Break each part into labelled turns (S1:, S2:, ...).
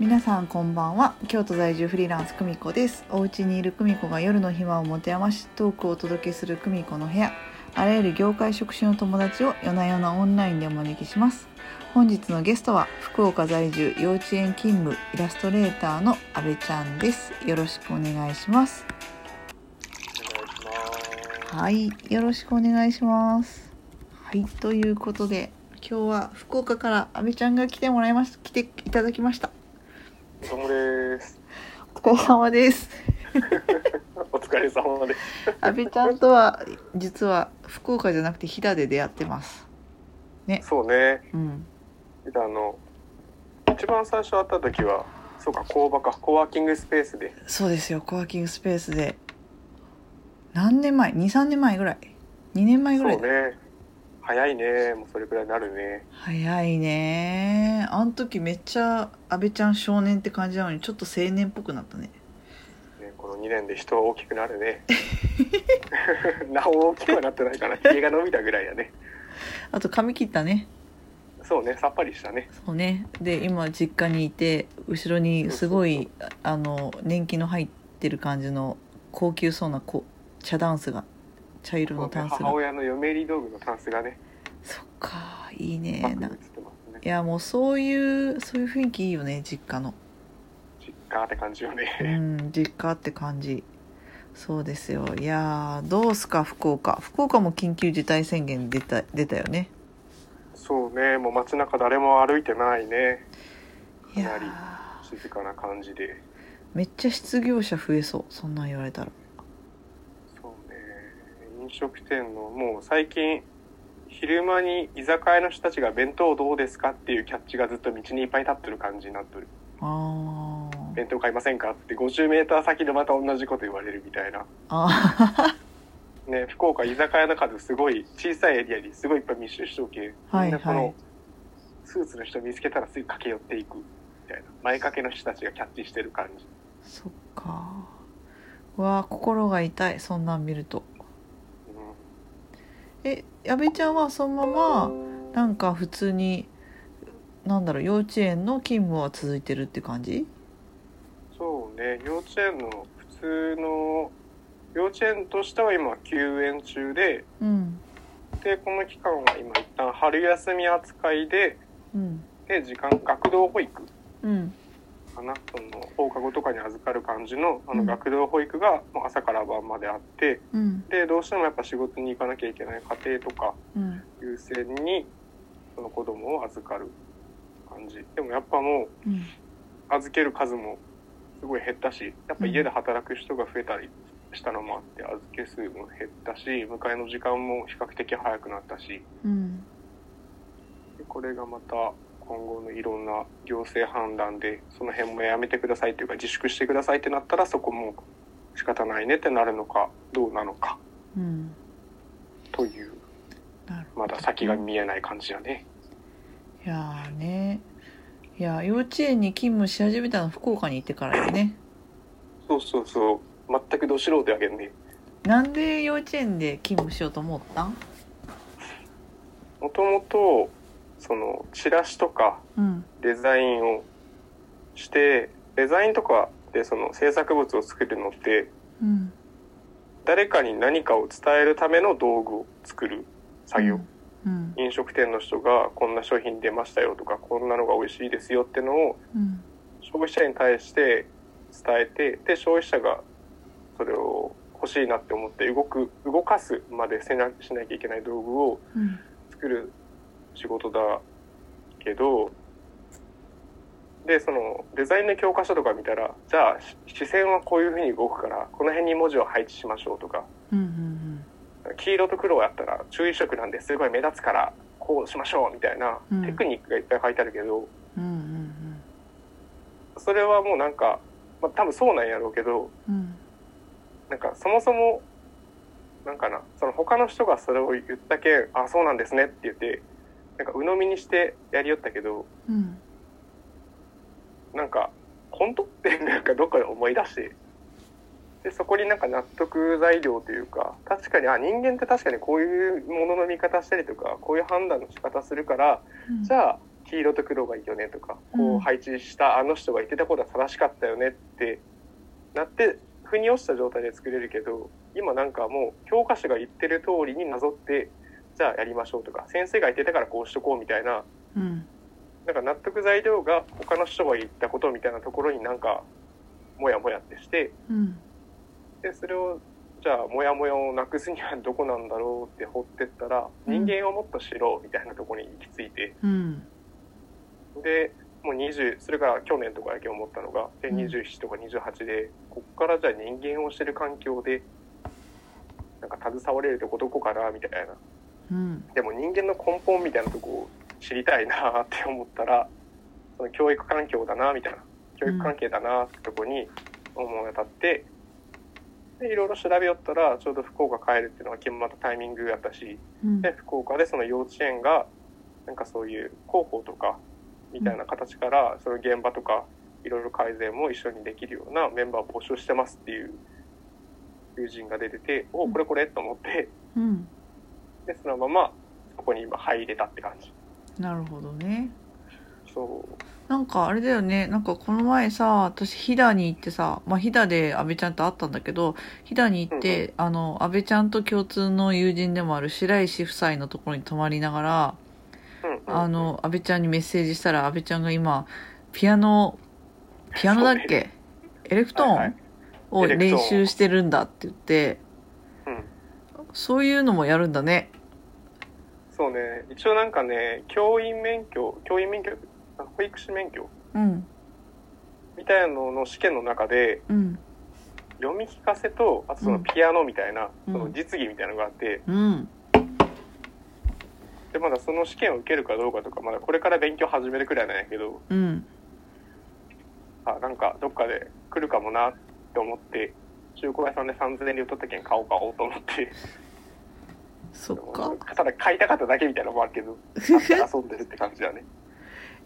S1: 皆さんこんばんは京都在住フリーランス久美子ですお家にいる久美子が夜の暇を持て余しトークをお届けする久美子の部屋あらゆる業界職種の友達を夜な夜なオンラインでお招きします本日のゲストは福岡在住幼稚園勤務イラストレーターの阿部ちゃんですよろしくお願いしますはいよろしくお願いしますはいということで今日は福岡から阿部ちゃんが来てもらいました来ていただきました
S2: お疲れ様です。
S1: お疲れ様です。
S2: お疲れ様です。
S1: 阿部ちゃんとは実は福岡じゃなくて飛騨で出会ってます。
S2: そうね。
S1: うん。
S2: あの一番最初会った時は、そうか工場かコワーキングスペースで、
S1: そうですよ。コワーキングスペースで何年前 ?2、3年前ぐらい。2年前
S2: そ
S1: ぐ
S2: う
S1: らい。
S2: ね。早いね。もうそれくらいになるね。
S1: 早いね。あの時めっちゃ阿部ちゃん少年って感じなのにちょっと青年っぽくなったね。
S2: ねこの2年で人は大きくなる ね。なお大きくはなってないから、髭が伸びたぐらいやね。
S1: あと髪切ったね。
S2: そうね。さっぱりしたね。
S1: そうね。で、今実家にいて、後ろにすごい、あの、年季の入ってる感じの高級そうなこ茶ダンスが、茶色の
S2: そう
S1: タ
S2: ね
S1: ンスが
S2: 母。親の嫁入り道具のタンスがね、
S1: そっかいいね
S2: バックに
S1: な
S2: 映っ
S1: い
S2: てますね。
S1: やもうそういうそういう雰囲気いいよね実家の
S2: 実家って感じよ
S1: う
S2: ね。
S1: ん実家って感じそうですよいやーどうすか福岡福岡も緊急事態宣言出た出たよね
S2: そうね。もう街中誰も歩いてないね。
S1: い
S2: か
S1: や
S2: なり
S1: ー
S2: 静かな感じで。
S1: めっちゃ失業者増えそうそんなん言われたら
S2: そうね飲食店のもう最近昼間に居酒屋の人たちが弁当どうですかっていうキャッチがずっと道にいっぱい立ってる感じになってる
S1: あー
S2: 弁当買いませんかって50メーター先でまた同じこと言われるみたいな
S1: あ
S2: ね福岡居酒屋の数すごい小さいエリアにすごいいっぱい密集しておけ
S1: はい
S2: みんなこ
S1: はい
S2: のスーツの人見つけたらすぐ駆け寄っていくみたいな前掛けの人たちがキャッチしてる感じ
S1: ー そっかうわー心が痛いそんなん見ると
S2: う
S1: え矢部ちゃんはそのままなんか普通になんだろう幼稚園の勤務は続いてるって感じ
S2: んそうね幼稚園の普通の幼稚園としては今休園中で
S1: うん
S2: でこの期間は今一旦春休み扱いで
S1: うん
S2: で時間学童保育
S1: うん
S2: かなその放課後とかに預かる感じのあ
S1: う
S2: の
S1: ん
S2: 学童保育がもう朝から晩まであって
S1: うん
S2: でどうしてもやっぱ仕事に行かなきゃいけない家庭とか
S1: うん
S2: 優先にその子供を預かる感じでもやっぱも
S1: うん
S2: う預ける数もすごい減ったしやっぱ家で働く人が増えたりしたのもあって預け数も減ったし迎えの時間も比較的早くなったし。
S1: うん
S2: でこれがまた今後のいろんな行政判断でその辺もやめてくださいというか自粛してくださいってなったらそこも仕方ないねってなるのかどうなのか
S1: うん
S2: という
S1: なる
S2: まだ先が見えない感じだね。
S1: いやーねいやー幼稚園に勤務し始めたの福岡に行ってからよね
S2: そうそうそう全くど素人やけどね
S1: なんで幼稚園で勤務しようと思ったん
S2: もともとそのチラシとか
S1: うん
S2: デザインをしてデザインとかでその制作物を作るのって
S1: うん
S2: 誰かに何かを伝えるための道具を作る作業
S1: うん
S2: 飲食店の人がこんな商品出ましたよとかこんなのが美味しいですよってのを
S1: うん
S2: 消費者に対して伝えてで消費者がそれを欲しいなって思って動く動かすまでせなしなきゃいけない道具を
S1: うん
S2: 作る仕事だけどでそのデザインの教科書とか見たらじゃあし視線はこういうふうに動くからこの辺に文字を配置しましょうとか
S1: うんうん
S2: 黄色と黒やったら注意色なんですごい目立つからこうしましょうみたいな
S1: うん
S2: テクニックがいっぱい書いてあるけど、
S1: うんうんうん
S2: それはもうなんか、まあ、多分そうなんやろうけど
S1: うん
S2: なんかそもそもなんかなその他の人がそれを言ったけん「あそうなんですね」って言ってなんか鵜呑みにしてやりよったけど
S1: うん
S2: なんか本当ってなんかどっかで思い出してでそこになんか納得材料というか確かにあ人間って確かにこういうものの見方したりとかこういう判断の仕方するから
S1: うん
S2: じゃあ黄色と黒がいいよねとか
S1: う
S2: こ
S1: ん
S2: う配置したあの人が言ってたことは正しかったよねってなって腑に落ちた状態で作れるけど今なんかもう教科書が言ってる通りになぞってじゃあやりましょうとか先生が言ってたからこうしとこうみたいな
S1: うん
S2: なんか納得材料が他の人が言ったことみたいなところになんかモヤモヤってして
S1: うん
S2: でそれをじゃあモヤモヤをなくすにはどこなんだろうって掘ってったら
S1: うん
S2: 人間をもっと知ろうみたいなところに行き着いて
S1: うん
S2: でもう20それから去年とかだけ思ったのがで
S1: うん
S2: 27とか28でこっからじゃあ人間をしてる環境でなんか携われるとこどこかなみたいな
S1: うん
S2: でも人間の根本みたいなとこを知りたいなって思ったらその教育環境だなみたいな教育関係だなってとこに思い当たってでいろいろ調べよったらちょうど福岡帰るっていうのが決まったタイミングやったし
S1: うん
S2: で福岡でその幼稚園がなんかそういう広報とかみたいな形からその現場とかいろいろ改善も一緒にできるようなメンバーを募集してますっていう友人が出てておこれこれと思って
S1: うん
S2: でそのままそこに今入れたって感じ
S1: なるほどね
S2: そう
S1: なんかあれだよねなんかこの前さ私飛騨に行ってさまあ飛騨で阿部ちゃんと会ったんだけど飛騨に行って、あの阿部ちゃんと共通の友人でもある白石夫妻のところに泊まりながら、
S2: うんうん
S1: あの阿部ちゃんにメッセージしたら阿部ちゃんが今ピアノピアノだっけエレクトーン、
S2: はいはい
S1: を
S2: エレクトーン
S1: 練習してるんだって言って
S2: うん
S1: そういうのもやるんだね
S2: そうね一応なんかね教員免許教員免許あ保育士免許
S1: うん
S2: みたいなのの試験の中で
S1: うん
S2: 読み聞かせとあとそのピアノみたいな、
S1: うん
S2: その実技みたいなのがあって
S1: うん
S2: でまだその試験を受けるかどうかとかまだこれから勉強始めるくらいなんやけど
S1: うん
S2: あなんかどっかで来るかもなって思って中古屋さんで3000円で取った券買おう買おうと思って
S1: そっか
S2: ただ買いたかっただけみたいなのもあるけど買って遊んでるって感じだね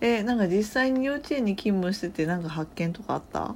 S1: えなんか実際に幼稚園に勤務しててなんか発見とかあった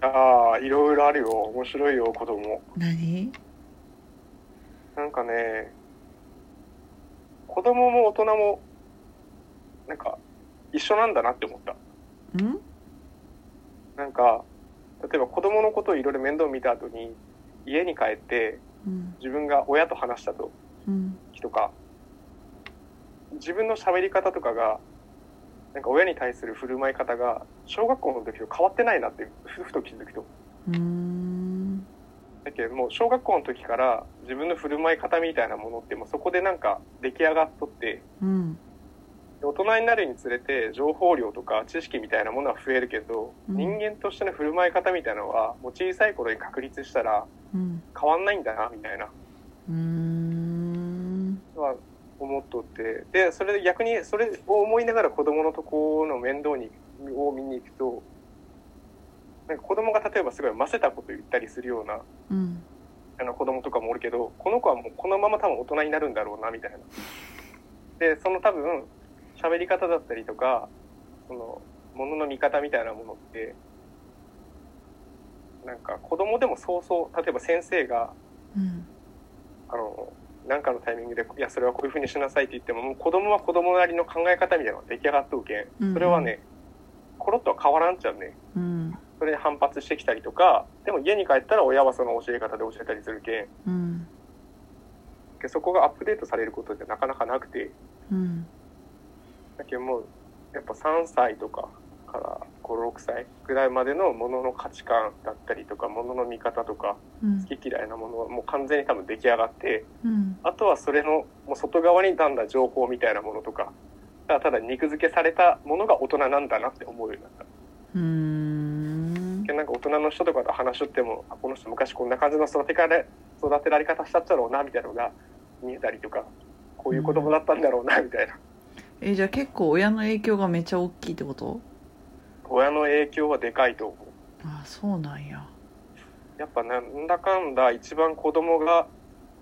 S2: ああ、いろいろあるよ。面白いよ、子供。
S1: 何
S2: なんかね、子供も大人も、なんか、一緒なんだなって思った。
S1: うん
S2: なんか、例えば子供のことをいろいろ面倒見た後に、家に帰って、
S1: うん
S2: 自分が親と話した時
S1: うん
S2: とか、自分の喋り方とかが、なんか親に対する振る舞い方が、小学校の時と変わってないなって、ふふと気づくと。
S1: うーん
S2: だけどもう小学校の時から自分の振る舞い方みたいなものってもうそこでなんか出来上がっとって
S1: うん
S2: 大人になるにつれて情報量とか知識みたいなものは増えるけど、
S1: うん
S2: 人間としての振る舞い方みたいなのはもう小さい頃に確立したら
S1: うん
S2: 変わんないんだなみたいな
S1: うーん
S2: のは思っとってでそれで逆にそれを思いながら子供のとこの面倒にを見に行くとなんか子供が例えばすごいませたこと言ったりするような
S1: うん
S2: あの子供とかもおるけどこの子はもうこのまま多分大人になるんだろうなみたいな。でその多分喋り方だったりとかそのものの見方みたいなものってなんか子供でもそうそう例えば先生が
S1: うん
S2: あのなんかのタイミングで「いやそれはこういうふうにしなさい」って言ってももう子供は子供なりの考え方みたいなのが出来上がっとうけ
S1: うんん
S2: それはねコロッとは変わらんちゃうね。
S1: うん
S2: それに反発してきたりとかでも家に帰ったら親はその教え方で教えたりするけ
S1: う
S2: ん
S1: ん
S2: でそこがアップデートされることってなかなかなくて
S1: うん
S2: だけどもうやっぱ3歳とかから56歳ぐらいまでのものの価値観だったりとかものの見方とか
S1: うん
S2: 好き嫌いなものはもう完全に多分出来上がって
S1: うん
S2: あとはそれのもう外側に飛んだ情報みたいなものとかただただ肉付けされたものが大人なんだなって思うようになった
S1: うーん
S2: でなんか大人の人とかと話しとってもあこの人昔こんな感じの育てかれ育てられ方したっちゃろうなみたいなのが見えたりとかこういう子供だったんだろうなみたいな。
S1: えじゃあ結構親の影響がめちゃ大きいってこと
S2: 親の影響はでかいと思う
S1: あそうなんや
S2: やっぱなんだかんだ一番子供が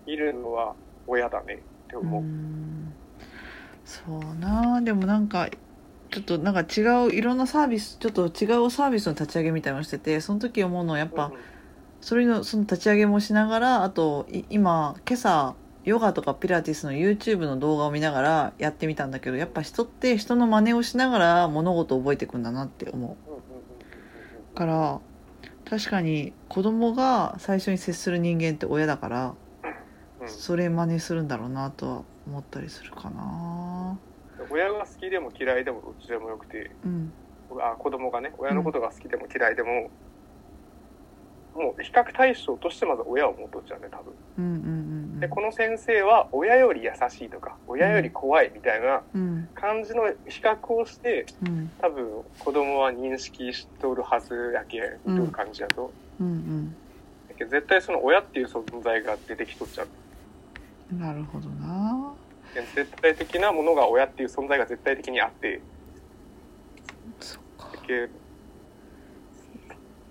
S2: いるのは親だねって
S1: う
S2: 思う、
S1: んそうなでもなんかちょっとなんか違ういろんなサービスちょっと違うサービスの立ち上げみたいなのをしててその時思うのはやっぱ、
S2: うん
S1: それのその立ち上げもしながらあとい今今朝ヨガとかピラティスの YouTube の動画を見ながらやってみたんだけどやっぱ人って人の真似をしながら物事を覚えていくんだなって思
S2: うんうんうん
S1: うから確かに子供が最初に接する人間って親だから
S2: うんうん
S1: それ真似するんだろうなとは思ったりするかな
S2: 親が好きでも嫌いでもどっちでもよくて
S1: うん
S2: あ子供がね親のことが好きでも嫌いでも、もう比較対象としてまず親を持っとっちゃうね多分
S1: うんうんうん
S2: でこの先生は親より優しいとか親より怖いみたいな
S1: うん
S2: 感じの比較をして
S1: うん
S2: 多分子供は認識しとるはずやけん
S1: うん
S2: 見とる感じやと、
S1: うん
S2: だけど絶対その親っていう存在が出てきとっちゃう
S1: うんなるほどな
S2: で絶対的なものが親っていう存在が絶対的にあって
S1: そっか
S2: だけ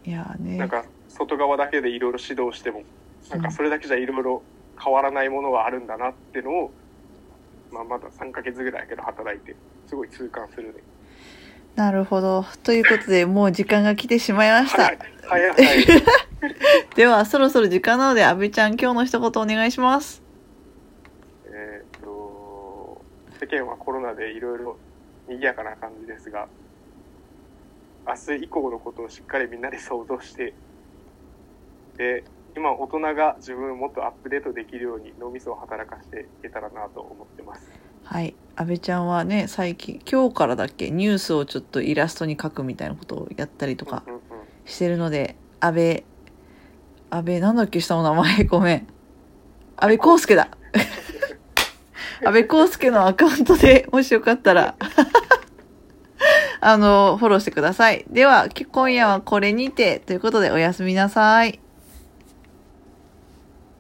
S1: いやーね
S2: なんか外側だけでいろいろ指導してもなんかそれだけじゃいろいろ変わらないものがあるんだなってのを、まあ、まだ3ヶ月ぐらいやけど働いてすごい痛感するね。
S1: なるほどということでもう時間が来てしまいました、
S2: 早い早い早い
S1: ではそろそろ時間なので阿部ちゃん今日の一言お願いします
S2: えーっと世間はコロナでいろいろ賑やかな感じですが明日以降のことをしっかりみんなで想像してで今大人が自分をもっとアップデートできるように脳みそを働かせていけたらなと思ってます
S1: はい阿部ちゃんはね最近今日からだっけニュースをちょっとイラストに書くみたいなことをやったりとか
S2: うんうんうん
S1: してるので阿部阿部なんだっけ下の名前 ごめん阿部康介だ 阿部康介のアカウントでもしよかったら あのフォローしてくださいでは今夜はこれにてということでおやすみなさい